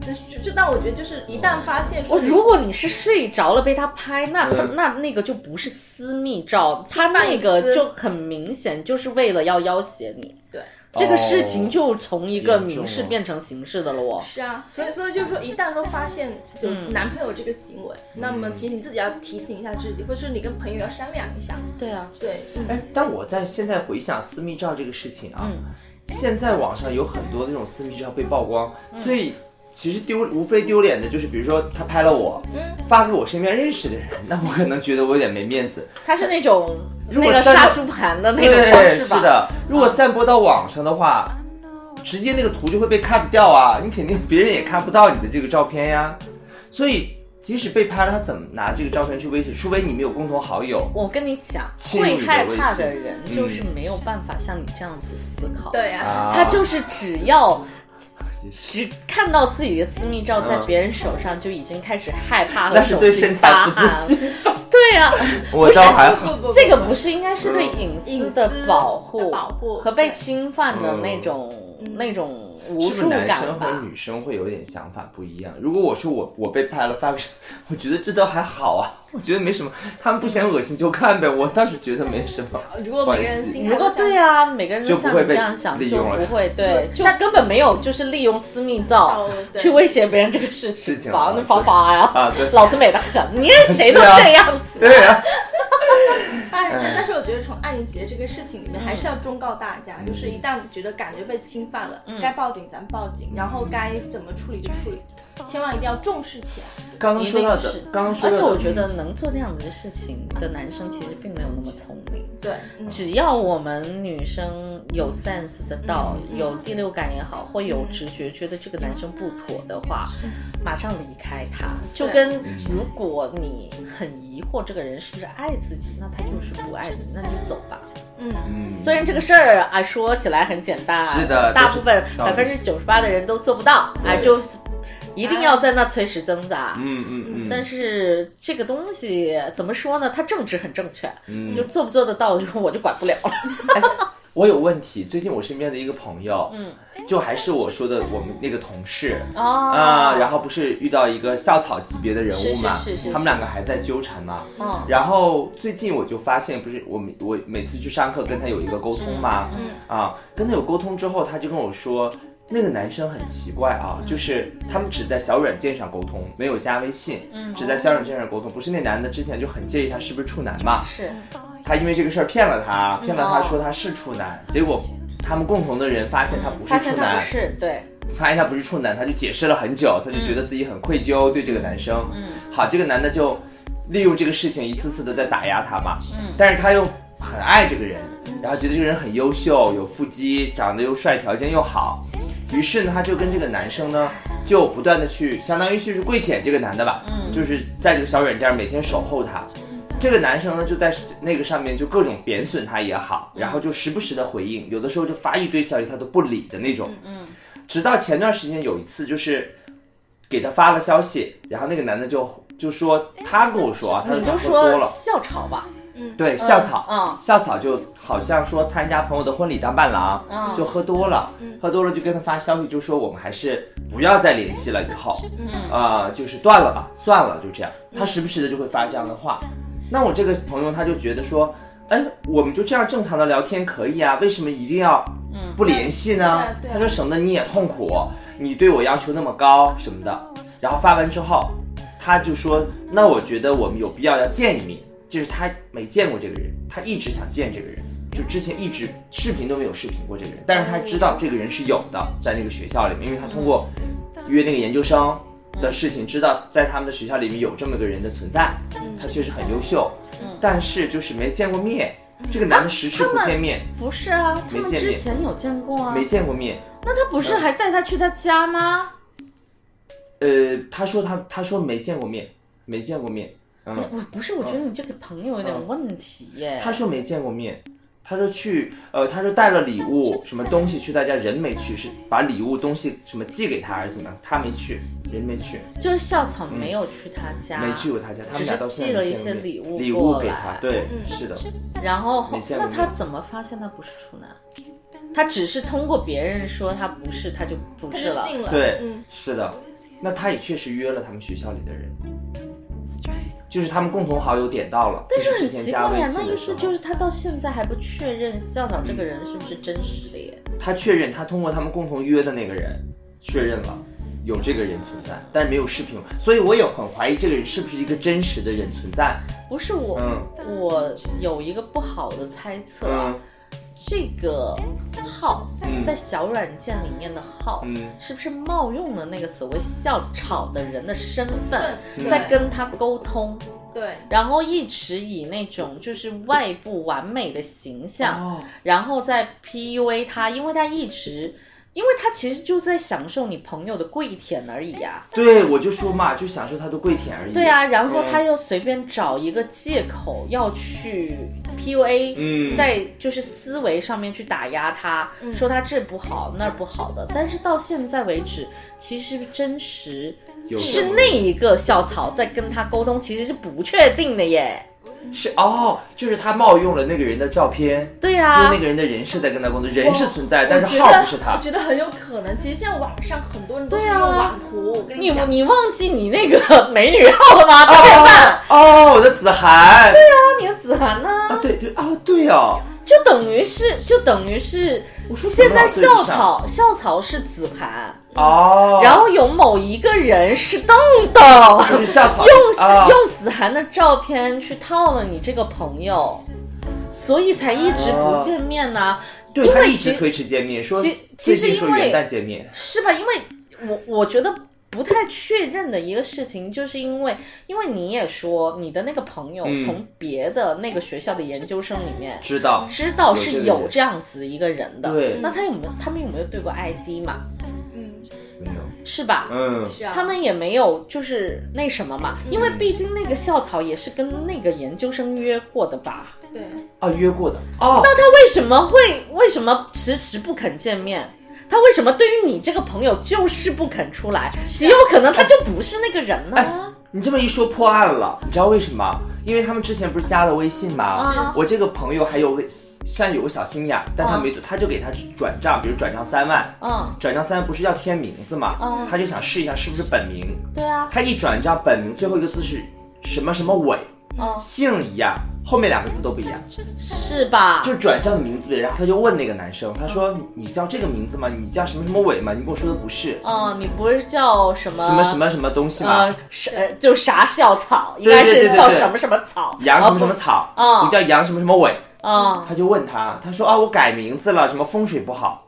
C: 就是就就，但我觉得就是一旦发现说
B: 我
C: 你，
B: 如果你是睡着了被他拍，那他、
A: 嗯
B: 那那个就不是私密照，他
C: 侵犯
B: 那
C: 隐
B: 个
C: 私
B: 就很明显就是为了要要挟你。
C: 对，
B: 这个事情就从一
A: 哦
B: 个
A: 严重
B: 民事
A: 哦
B: 变成刑事的了哦。
C: 是啊，所以所以就是说，一旦说发现就
B: 嗯
C: 男朋友这个行为，那么其实你自己要提醒一下自己，或是你跟朋友要商量一下。
B: 对啊，
C: 对，嗯，
A: 哎，但我在现在回想私密照这个事情啊，
B: 嗯
A: 现在网上有很多那种私密照被曝光，
B: 嗯
A: 最其实丢无非丢脸的就是，比如说他拍了我，
C: 嗯
A: 发给我身边认识的人， [LAUGHS] 那我可能觉得我有点没面子。
B: 他是那种
A: 如
B: 那
A: 果
B: 个
A: 三
B: 杀
A: 个
B: 猪盘的那种方
A: 对，
B: 式
A: 是
B: 吧？
A: 的，如果散播到网上的话，直接那个图就会被 cut 掉啊，你肯定别人也看不到你的这个照片呀。所以即使被拍了，他怎么拿这个照片去威胁？除非你们有共同好友。
B: 我跟你讲，
A: 侵入
B: 会
A: 你的
B: 害
A: 微
B: 怕
A: 信
B: 的人就是
A: 嗯
B: 没有办法像你这样子思考。
C: 对呀，
A: 啊
B: 他就是只要
A: 是
B: 看到自己的私密照在
A: 嗯
B: 别人手上，就已经开始害怕和
A: 那是
B: 手
A: 对
B: 心
A: 身材
B: 发
A: 不自
B: 寒。
A: 信。
B: [LAUGHS]
C: [LAUGHS]
B: 对啊，
A: 我倒还好。
C: 不不不，
B: 这个不是应该是
A: 嗯
B: 对隐
C: 隐
B: 私
C: 私
B: 的保护、
C: 的保护
B: 和被侵犯的那种、
C: 嗯
B: 那种无
A: 是不是
B: 助
A: 男
B: 感
A: 生和
B: 吧？
A: 女生会有点想法不一样？如果我说我我被拍了发个，我觉得这倒还好啊，我觉得没什么，他们不嫌恶心就看呗，我倒是觉得没什么。
C: 如果每个人心态
B: 如果
C: 都像
B: 对啊，每个人都
A: 就不
B: 像
A: 会
B: 你这
A: 被
B: 样想，
A: 利
B: 就
A: 用
B: 不
A: 了
B: 会对，就
C: 那
B: 根本没有就是利用私密照
C: 照对
B: 去威胁别人这个事
A: 事
B: 情
A: 情
B: 吧
A: 啊？
B: 那发发呀，
A: 啊，对，
B: 老子美得很，你看谁都
A: 是啊
B: 这样子。
A: 对啊，
C: 哎，但但是我觉得从爱你姐这个事情里面，还是要忠告大家，就是一旦觉得感觉被侵犯了，该报警咱报警，然后该怎么处理就处理，千万一定要重视起来。
A: 刚刚
B: 一
A: 说
B: 定
A: 到的
B: 是，，
A: 刚刚说
B: 而
A: 到的，
B: 且我觉得能做那样子的事情的男生其实并没有那么聪明。
C: 对，嗯
B: 只要我们女生有 sense 的到，
A: 嗯
B: 有第六感也好，或有直觉觉得这个男生不妥的话，马上离开他。就跟
A: 嗯
B: 如果你很疑惑这个人是不是爱自己，那他就是不爱你，那你就走吧。
C: 嗯，
A: 嗯，
B: 虽然这个事儿啊说起来很简单，
A: 是的
B: 大部分
A: 都是
B: 百分之九十八的人都做不到，
A: 对
B: 哎，就一定要在那垂直挣扎。
A: 嗯嗯嗯，
B: 但是这个东西怎么说呢？它政治很正确，
A: 嗯
B: 就做不做得到，就我就管不了了。
A: 我有问题，最近我身边的一个朋友，
B: 嗯，
A: 就还是我说的我们那个同事
B: 哦
A: 啊、然后不是遇到一个校草级别的人物嘛，
B: 是是是是
A: 他们两个还在纠缠嘛。
B: 嗯
A: 然后最近我就发现，不是我每我每次去上课跟他有一个沟通嘛，
B: 嗯
A: 啊，跟他有沟通之后，他就跟我说，那个男生很奇怪啊，
B: 嗯
A: 就是他们只在小软件上沟通，没有加微信，
B: 嗯
A: 只在小软件上沟通。不是那男的之前就很介意他是不是处男嘛，
B: 是
A: 他因为这个事儿骗了他，骗了他
B: 嗯哦
A: 说他是处男，结果他们共同的人发现他不
B: 嗯发
A: 是
B: 现
A: 处
B: 他
A: 男
B: 不，是对，
A: 发现他不是处男，他就解释了很久，他就觉得自己很愧疚，对这个男生。嗯，好，这个男的就利用这个事情一次次的在打压他嘛。嗯，但是他又很爱这个人，然后觉得这个人很优秀，有腹肌，长得又帅，条件又好。于是呢，他就跟这个男生呢，就不断的去，相当于就是跪舔这个男的吧，嗯，就是在这个小软件每天守候他。这个男生呢，就在那个上面就各种贬损他也好，
B: 嗯
A: 然后就时不时的回应，有的时候就发一堆消息他都不理的那种。
B: 嗯
A: 直到前段时间有一次，就是给他发了消息，然后那个男的就就说他跟我说啊，他
B: 你就
A: 就多
B: 说
A: 了，
B: 校草吧，
A: 对校草，
B: 嗯
A: 校草就好像说参加朋友的婚礼当伴郎，
B: 嗯
A: 就喝多了，喝多了就跟他发消息，就说我们还是不要再联系了，以后，啊、就是断了吧，算了，就这样。
C: 嗯
A: 他时不时的就会发这样的话，那我这个朋友他就觉得说。哎，我们就这样正常的聊天可以啊，为什么一定要不联系呢？
C: 嗯对啊对
A: 他说省得你也痛苦，你对我要求那么高什么的。然后发完之后，他就说：“那我觉得我们有必要要见一面。”就是他没见过这个人，他一直想见这个人，就之前一直视频都没有视频过这个人，但是他知道这个人是有的，在那个学校里面，因为他通过约那个研究生
B: 嗯
A: 的事情，知道在他们的学校里面有这么个人的存在，
B: 嗯
A: 他确实很优秀，但是就是没见过面。这个男的迟迟不见面，
B: 不是嗯啊，他
A: 没
B: 们
A: 见
B: 之
A: 面
B: 前有见过啊，
A: 没嗯见过面。
B: 那他不是还带他去他家吗？
A: 呃，他说他他说没见过面，没见过面。嗯，
B: 我不是，我觉得你这个朋友有点问题耶。
A: 他说没见过面，他说去，呃，他说带了礼物什么东西去他家，人没去，是把礼物东西什么寄给他还是怎么样？他没去，人没去，
B: 就是校草没有去他家，
A: 嗯没去过他家，他们俩到
B: 啊只是
A: 现
B: 寄
A: 在没
B: 了
A: 见
B: 一
A: 过
B: 些
A: 面
B: 礼物
A: 礼物
B: 过
A: 给
B: 来嗯
A: 他，对，是的，
B: 然后后
A: 没见过
B: 那
A: 面
B: 他怎么发现他不是处男？他只是通过别人说他不是，他就不
C: 他
B: 是
C: 就信
B: 了。
C: 了，
A: 对，
C: 嗯，
A: 是的。那他也确实约了他们学校里的人，就是他们共同好友点到了，但
B: 这
A: 之
B: 很
A: 前
B: 奇
A: 加
B: 怪
A: 微
B: 呀，那
A: 信
B: 意
A: 的时
B: 思
A: 候，
B: 就是他到现在还不确认校草这个人是不是真实的耶？
A: 他确认他通过他们共同约的那个人确认了。有这个人存在，但没有视频，所以我也很怀疑这个人是不是一个真实的人存在。
B: 不是我，
A: 嗯
B: 我有一个不好的猜测啊，
A: 嗯，
B: 这个号
A: 嗯
B: 在小软件里面的号，
A: 嗯
B: 是不是冒用了那个所谓校草的人的身份，
C: 对
B: 在跟他沟通，
C: 对，
B: 然后一直以那种就是外部完美的形象，
A: 哦
B: 然后再 PUA 他，因为他一直。因为他其实就在享受你朋友的跪舔而已啊，
A: 对，我就说嘛，就享受他的跪舔而已。
B: 对啊，然后
A: 嗯
B: 他又随便找一个借口要去 PUA，
A: 嗯
B: 在就是思维上面去打压他，说他这不好那儿不好的，但是到现在为止，其实真实
A: 有
B: 是那一个校草在跟他沟通，其实是不确定的耶。
A: 是哦，就是他冒用了那个人的照片，
B: 对
A: 用
B: 啊
A: 那，个人的人设在跟他工作，人是存在，但是
C: 我觉
A: 号
C: 得
A: 不是他
C: 我。觉得很有可能。其实现在网上很多人都是
B: 对啊
C: 用网图，我跟
B: 你
C: 讲，
B: 你忘记你那个美女号了吗？大概
A: 哦哦，我的子涵。对
B: 那你的子涵呢、
A: 啊，对对啊，对哦，
B: 就等于是就等于是
A: 我说怎
B: 现
A: 么
B: 在
A: 老对不啊
B: 校
A: 上
B: 草校草是子涵。
A: 哦，
B: 然后有某一个人是洞洞，
A: 就是 [LAUGHS] 校草
B: 用、
A: 啊
B: 用子涵的照片去套了你这个朋友，所以才一直不见面呐、
A: 对
B: 因
A: 他
B: 为
A: 一直
B: 其
A: 推迟见面，说
B: 其其实
A: 最近说
B: 因为
A: 元旦见面，
B: 是吧？因为我我觉得不太确认的一个事情，就是因为因为你也说你的那个朋友
A: 嗯
B: 从别的那个学校的研究生里面。
A: 知道
B: 知道
A: 有这
B: 是
A: 个
B: 有
A: 人
B: 这样子一个人的，
A: 对
B: 那他有没有他们有没有对过 ID 嘛？
C: 嗯，
A: 没有？
B: 是吧？
A: 嗯，
C: 是啊，
B: 他们也没有就是那什么嘛，因为毕竟那个校草也是跟那个研究生约过的吧？
C: 对，
A: 啊，约过的哦，
B: 那他为什么会为什么迟迟不肯见面？他为什么对于你这个朋友就是不肯出来？极有可能他就不是那个人呢、
A: 哎你这么一说破案了，你知道为什么？因为他们之前不是加了微信吗？
B: 啊
A: 我这个朋友还有个虽然有个小心眼，但他没读，他就给他转账，比如转账三万，
B: 嗯，
A: 转账三万不是要填名字嘛，
B: 嗯
A: 他就想试一下是不是本名，
B: 对啊，
A: 他一转账本名最后一个字是什么什么伟，
B: 嗯，
A: 姓一样，后面两个字都不一样，
B: 是吧？
A: 就转账的名字不一样，然后他就问那个男生，他说你叫这个名字吗？你叫什么什么伟吗？你跟我说的不是
B: 嗯，你不是叫什么
A: 什么什么什么东西吗
B: 嗯呃？啥就啥校草，应该
A: 对对
B: 是
A: 对
B: 叫
A: 对
B: 什么什么草，
A: 杨
B: 啊
A: 什么什么草，
B: 哦
A: 你叫杨什么什么伟，
B: 不啊
A: 他就问他，他说啊，我改名字了，什么风水不好。
C: 哦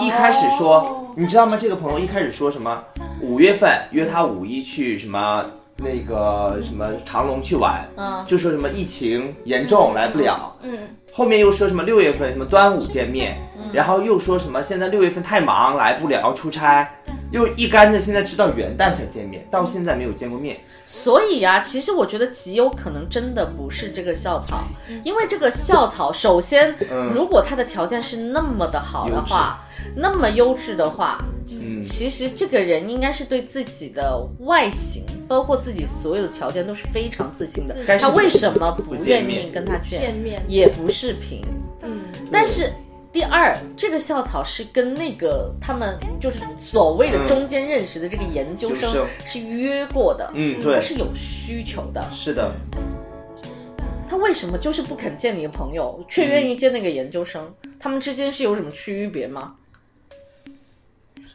A: 一开始说，你知道吗？这个朋友一开始说什么？五月份约他五一去什么那个什么长隆去玩，
B: 嗯
A: 就说什么疫情严重来不了。
C: 嗯，
A: 后面又说什么六月份什么端午见面，然后又说什么现在六月份太忙来不了要出差，又一竿子现在直到元旦才见面，到现在没有见过面。
B: 所以啊，其实我觉得极有可能真的不是这个校草，因为这个校草，首先，如果他的条件是那么的好的话，那么优质的话，
A: 嗯，
B: 其实这个人应该是对自己的外形，包括自己所有的条件都是非常自信的
C: 但。是
B: 他为什么不愿
A: 不见
B: 意
A: 面
B: 跟他见
C: 见面
B: 也不视频，
C: 嗯，
B: 但是第二，这个校草是跟那个他们就是所谓的中间认识的这个研究生
A: 就是
B: 是约过的，
A: 嗯对
B: 他是有需求的。
A: 是的，
B: 他为什么就是不肯见你的朋友，却愿意见那个研究生？他们之间是有什么区别吗？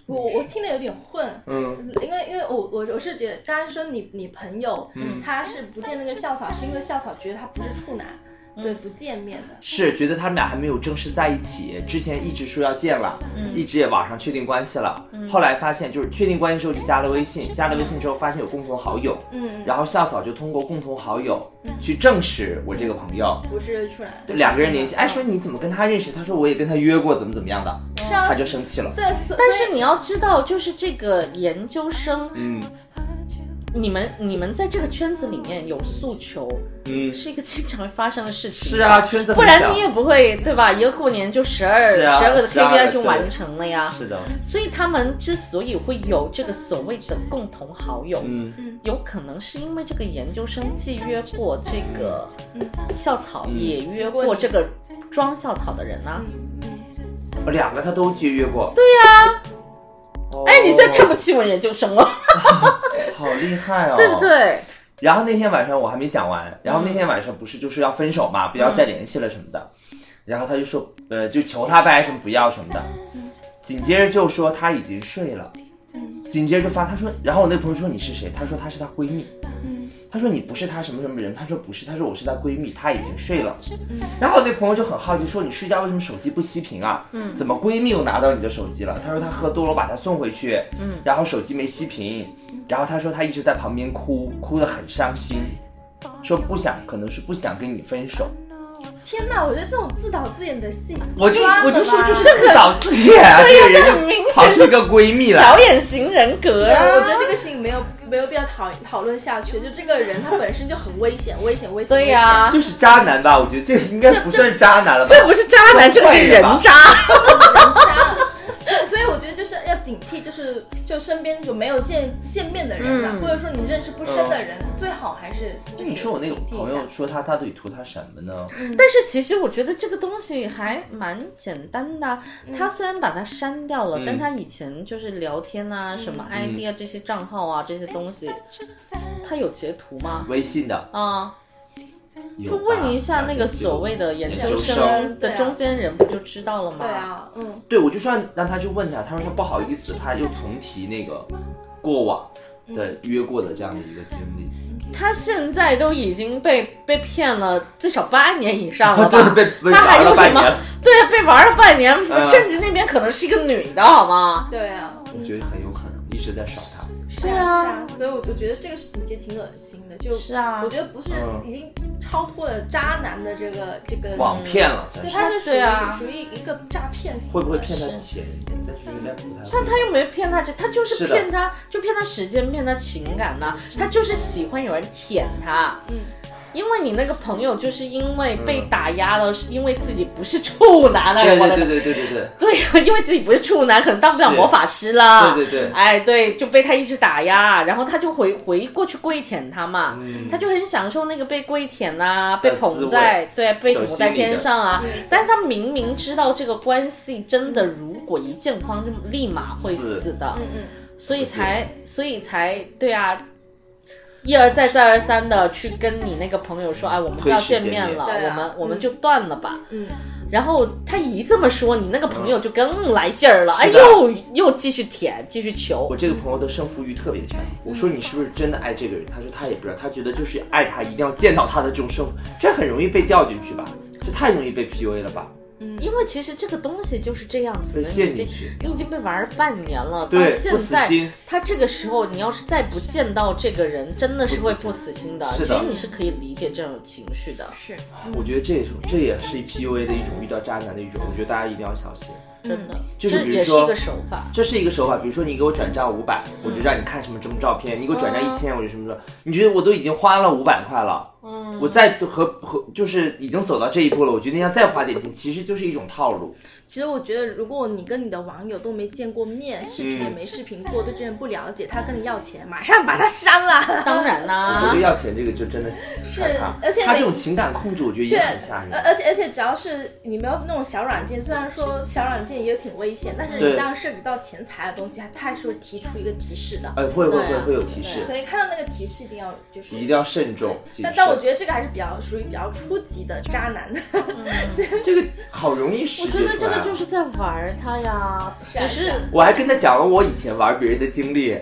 C: 我我听得有点混，
A: 嗯，
C: 因为因为我我我是觉得，刚才说你你朋友，
A: 嗯
C: 他是不见那个校草，是因为校草觉得他不是处男，
B: 嗯
C: 所以不见面的。
A: 是觉得他们俩还没有正式在一起，之前一直说要见了，
B: 嗯
A: 一直也网上确定关系了，后来发现就是确定关系之后就加了微信，加了微信之后发现有共同好友，
C: 嗯，
A: 然后校草就通过共同好友
B: 嗯
A: 去证实我这个朋友，
C: 不是处男，
A: 两个人联系，
B: 嗯
A: 哎，说你怎么跟他认识？他说我也跟他约过，怎么怎么样的，
B: 嗯
C: 是啊
A: 他就生气了。
C: 这所
B: 但是你要知道，就是这个研究生，
A: 嗯
B: 你们你们在这个圈子里面有诉求，
A: 嗯，
B: 是一个经常发生的事情。
A: 是啊，圈子
B: 不
A: 很
B: 然
A: 小
B: 你也不会对吧？一个过年就十二
A: 是
B: 十
A: 啊
B: 二个的
A: 12
B: KPI
A: 个
B: 就
A: 对
B: 完成了呀。
A: 是的，
B: 所以他们之所以会有这个所谓的共同好友，
A: 嗯
B: 有可能是因为这个研究生既约过这个校草，也约过这个装校草的人啊。嗯
A: 两个他都约约过。对呀、
B: 哎，你现在看不起我研究生了，哦
A: 好厉害哦，
B: 对不？对？
A: 然后那天晚上我还没讲完，然后那天晚上不是就是要分手嘛，不要再联系了什么的，然后他就说，呃，就求他呗，什么不要什么的，紧接着就说他已经睡了，紧接着就发他说，然后我那朋友说你是谁？他说她是她闺蜜，他说你不是她什么什么人？他说不是，他说我是她闺蜜，她已经睡了。然后我那朋友就很好奇说你睡觉为什么手机不熄屏啊？
B: 嗯
A: 怎么闺蜜又拿到你的手机了？他说她喝多了，我把她送回去，
B: 嗯
A: 然后手机没熄屏，然后他说他一直在旁边哭，哭得很伤心，说不想，可能是不想跟你分手。
C: 天哪，我觉得这种自导自演的戏，
A: 我就
C: 抓了
A: 我就说
C: 吧
A: 就是自导自演啊，这个
B: 这很明
A: 人
B: 显
A: 跑
B: 是
A: 出一个闺蜜来
B: 表，演型人格
C: 对
B: 啊，
C: 我觉得这个事情没有没有必要讨讨论下去，就这个人他本身就很危险，危险，危险。
B: 对呀、
A: 就是渣男吧？我觉得这应该不算渣男了吧？
B: 啊这不是渣男，这个是人渣。
C: 危险人渣。 [LAUGHS] 所以，所以我觉得就是要警惕，就是就身边有没有见见面的人啊，
B: 嗯
C: 或者说你认识不深的人，最好还是就
A: 就是你说我那个
C: 警惕一
A: 朋
C: 下
A: 友说他，他到底图他什么呢？
B: 嗯但是其实我觉得这个东西还蛮简单的啊，他虽然把它删掉了，但他以前就是聊天啊、什么 ID 啊、这些账号啊这些东西，他有截图吗？
A: 微信的，
B: 啊，
A: 就
B: 就问一下那个所谓的研究生的中间人，不就知道了吗？
C: 啊对，啊，嗯，
A: 对，我就说让他去问他，他说他不好意思，他又重提那个过往
B: 嗯
A: 的约过的这样的一个经历，
B: 他现在都已经被被骗了最少八年以
A: [LAUGHS]
B: 上了
A: 啊对
B: 吧？
A: 被被
B: 他还
A: 玩了
B: 有什
A: 半
B: 么
A: 年？
B: 对，啊被玩了半年，
A: 嗯
B: 甚至那边可能是一个女的，好吗？
C: 对啊，
A: 我觉得很有可能一直在耍他。
C: 是
B: 对
C: 啊，
B: 啊
C: 是啊，所以我就觉得这个事情其实挺恶心的，就是
B: 啊
C: 我觉得不是
A: 嗯
C: 已经超脱了渣男的这个这个，
A: 网骗了，算
C: 对，
A: 是
C: 他是属
B: 对啊
C: 于属于一个诈骗型的，
A: 会不会骗他钱？但是应该不太会。
B: 但他又没骗他，这他就是
A: 是的
B: 骗他，就骗他时间，骗他情感呐、他就是喜欢有人舔他。
C: 嗯，
B: 因为你那个朋友就是因为被打压了，是因为自己不是处男啊了，我的
A: 嗯对对对对对
B: 对呀，因为自己不是处男，可能当不了
A: 是
B: 魔法师了。
A: 对对对
B: 哎，对，就被他一直打压，然后他就回回过去跪舔他嘛，
A: 嗯
B: 他就很享受那个被跪舔呐、被
A: 滋
B: 捧
A: 味
B: 在对被
A: 手
B: 捧
A: 心
B: 在
A: 里
B: 天
A: 的
B: 上啊
C: 嗯，
B: 但是他明明知道这个关系真的，如果一见框就立马会
A: 死
B: 死的，
C: 嗯嗯，
B: 所以
A: 不见
B: 才所以才对啊。一而再，再而三的去跟你那个朋友说，哎，我们不
A: 推
B: 要
A: 迟
B: 见
A: 见
B: 面
A: 面
B: 了，
C: 对
B: 我
C: 啊
B: 们我们
C: 嗯
B: 就断了吧。
C: 嗯，
A: 啊
B: 然后他一这么说，你那个朋友就更来劲儿了，哎，
A: 是的
B: 又又继续舔，继续求
A: 我，这个朋友的胜负欲特别强。我说你是不是真的爱这个人？他说他也不知道，他觉得就是爱他，一定要见到他的这种胜负，这很容易被掉进去吧？这太容易被 PUA 了吧？
B: 因为其实这个东西就是这样子
A: 被
B: 的，你
A: 陷
B: 已
A: 进
B: 经
A: 去，
B: 你已经被玩儿半年了，
A: 对
B: 到现
A: 不死
B: 在
A: 心
B: 他这个时候，你要是再不见到这个人，真的是会不死心的。
A: 是
B: 其
A: 的
B: 实你是可以理解这种情绪的，
C: 是，
A: 我觉得这也是这也是 PUA 的一种遇到渣男的一种，我觉得大家一定要小心。
B: 真的，
A: 就是
B: 这
A: 比如
B: 也是
A: 说
B: 一个手法。
A: [LAUGHS] 这是一个手法，比如说你给我转账五百，我就让你看什么什么照片；你给我转账一千，我就什么什么。你觉得我都已经花了五百块了，我再和和就是已经走到这一步了，我决定要再花点钱，其实就是一种套路。
C: 其实我觉得，如果你跟你的网友都没见过
A: 嗯
C: 面，视频也没视频过，对这人不了解，他跟你要钱，马上把他
A: [LAUGHS]
C: 删了。
B: 当然啦、
A: 我觉得要钱这个就真的是害怕，
C: 而且
A: 他
C: 每
A: 这种情感控制，我觉得也
C: 对
A: 很吓，
C: 而
A: 人。
C: 而且而且只要是你没有那种小软件，虽然说小软件也挺危险，但是
A: 对
C: 一旦涉及到钱财的东西，它还是会提出一个提示的。
A: 呃，会会
B: 对
A: 会
B: 啊
A: 会有提示，
C: 所以看到那个提示一定要就是
A: 一定要慎重。谨慎。
C: 但但我觉得这个还是比较属于比较初级的渣男，
A: 这个好容易
B: 我
A: 识
B: 觉
A: 别
B: 得
A: 出
B: 这
A: 来
B: 个
A: 啊。
B: 就是在玩儿他呀，
C: 啊
B: 只是
C: 是啊
A: 我还跟他讲了我以前玩别人的经历，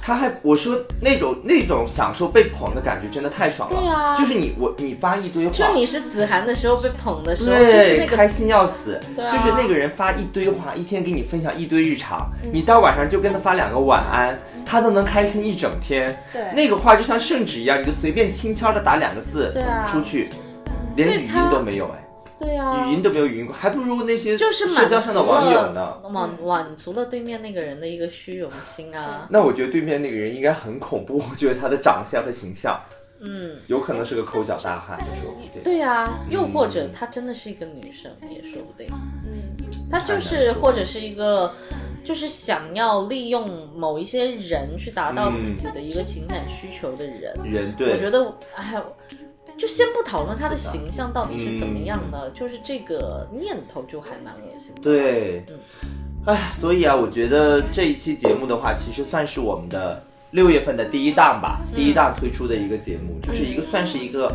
A: 他还我说那种那种享受被捧的感觉真的太爽了。
B: 对啊
A: 就是你我你发一堆话，
B: 就你是子涵的时候被捧的时候，就是
A: 对，
B: 那
A: 开
B: 个
A: 心要死，
B: 对啊
A: 就是那个人发一堆话，一天给你分享一堆日常，
B: 嗯
A: 你到晚上就跟他发两个晚安，他都能开心一整天。
C: 对
A: 那个话就像圣旨一样，你就随便轻悄的打两个字
B: 对啊
A: 出去，
B: 所
A: 连
B: 以
A: 语音
B: 他
A: 都没有哎，
B: 对啊呀、
A: 语音都没有语音过，还不如那些
B: 就是满
A: 社交上的网友呢。
B: 足了满满足了对面那个人的一个虚荣心啊。
A: 那我觉得对面那个人应该很恐怖， [LAUGHS] 我觉得他的长相和形象
B: 嗯，
A: 有可能是个抠脚大汉，这说不定。
B: 对啊，又或者她真的是一个女生也说不定，
C: 嗯，
B: 她就
A: 很
B: 是
A: 难说
B: 或者是一个。就是想要利用某一些人去达到自己的一个情感需求的人，
A: 人
B: 我
A: 对，
B: 觉得，哎呀，就先不讨论她的形象到底是怎么样的，就是这个念头就还蛮恶心的。
A: 嗯对，哎，所以啊，我觉得这一期节目的话，其实算是我们的六月份的第一档吧，第一档推出的一个节目，就是一个算是一个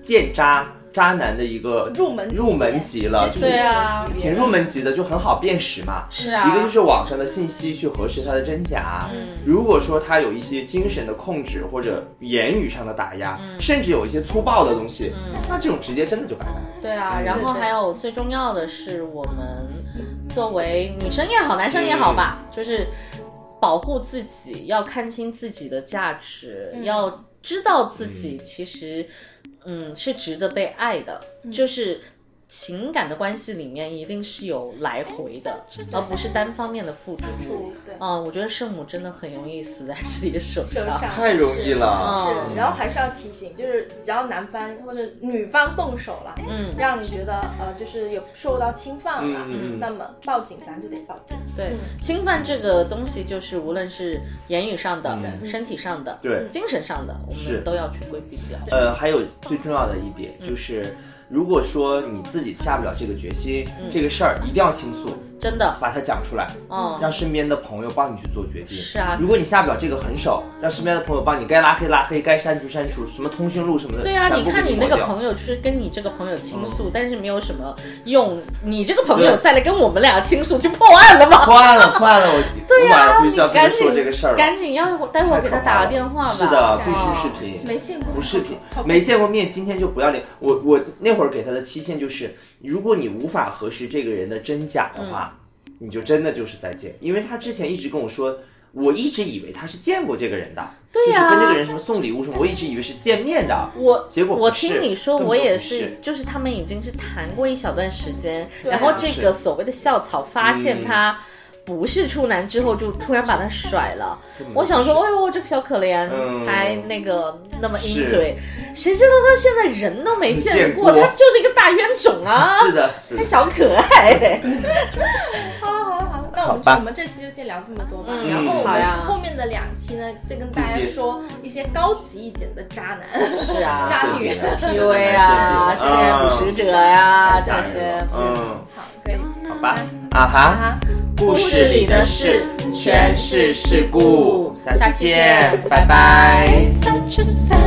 A: 见渣渣男的一个
C: [LAUGHS] 入门级
A: 入门级了，就是
B: 对啊
A: 挺入门级的，就很好辨识嘛。
B: 是啊嗯
A: 一个就是网上的信息去核实它的真假。啊如果说他有一些精神的控制或者言语上的打压，
B: 嗯
A: 甚至有一些粗暴的东西，那这种直接真的就拜拜。
B: 对啊，然后
C: 对对
B: 还有最重要的是，我们作为女生也好，男生也好吧，
C: 嗯
B: 就是保护自己，要看清自己的价值，
C: 嗯
B: 要知道自己其实嗯是值得被爱的，
C: 嗯
B: 就是。情感的关系里面一定是有来回的，而不是单方面的付出。
C: 对
B: 嗯，我觉得圣母真的很容易死在自己的手
C: 受
B: 上。
C: 伤
A: 太容易了
C: 是
B: 嗯
C: 是，然后还是要提醒，就是只要男方或者女方动手了，嗯，让你觉得呃就是有受到侵犯了，
A: 嗯嗯嗯
C: 那么报警咱就得报警，
B: 对，侵犯这个东西，就是无论是言语上的、身体上的、
A: 嗯对
B: 精神上的，我
A: 是
B: 们都要去规避掉。
A: 呃，还有最重要的一点
B: 嗯
A: 就是，如果说你自己下不了这个决心，
B: 嗯
A: 这个事儿一定要倾诉，
B: 真的，
A: 把它讲出来，
B: 嗯，
A: 让身边的朋友帮你去做决定。
B: 是啊
A: 如果你下不了这个狠手，让身边的朋友帮你，该拉黑拉黑，该删除删除，什么通讯录什么的，
B: 对啊，
A: 全
B: 你
A: 部给
B: 看
A: 你
B: 你那
A: 抹
B: 个
A: 掉嗯
B: 朋友，就是跟你这个朋友倾诉，但是没有什么用，你这个朋友再来跟我们俩倾诉，就破案了
A: [LAUGHS]
B: 吗？
A: 破案了，破案了！我、我
B: 对
A: 晚上
B: 啊，
A: 回
B: 你
A: 去就要跟
B: 赶
A: 他
B: 紧
A: 说这个事儿了。
B: 赶紧要待会
A: 太
B: 儿
A: 可
B: 给他
A: 怕
B: 打
A: 了
B: 个电话吧。
A: 是的，必须视
B: 哦。
A: 频，
C: 没见过
A: 不视频
C: 好，
A: 没见过面，今天就不要脸。我我那会儿给他的期限就是，如果你无法核实这个人的真假的话，
B: 嗯
A: 你就真的就是再见，因为他之前一直跟我说。我一直以为他是见过这个人的，
B: 对呀
A: 就是跟这个人什么送礼物什么，我一直以为是见面的。
B: 我
A: 结果不
B: 我
A: 是
B: 听你说，
A: 根本
B: 我
A: 就
B: 也
A: 不是
B: 就是他们已经是谈过一小段时间，
C: 对
B: 然后这
A: 是
B: 个所谓的校草发现
A: 嗯
B: 他不是处男之后，就突然把他甩了。
A: 本
B: 我想
A: 嗯不是
B: 说，哎呦，这个小可怜，
A: 嗯
B: 还那个那么
A: 是
B: into it，谁知道他现在人都没见
A: 见过
B: 过，他就是一个大冤种啊！
A: 是的，是
B: 他
A: 的。
B: 小可爱，
C: 好了好了好了，那我
A: 好吧
C: 们我们这期就先聊这么多吧。
B: 嗯
C: 然后我
B: 好
C: 们
B: 呀
C: 后面的两期呢，再跟大家
A: 直接
C: 说一些高级一点的渣男、
B: 是啊，
C: [LAUGHS] 渣女。
B: PUA 啊，
A: 是
B: 性爱捕食者呀，这些
A: 嗯，嗯，
C: 好，可以。
A: 好吧，啊哈，
C: 啊，
A: 故事里的事全是事故，下
B: 下
A: 期
B: 期
A: 见
B: 见，
A: 拜拜
D: It's such a sad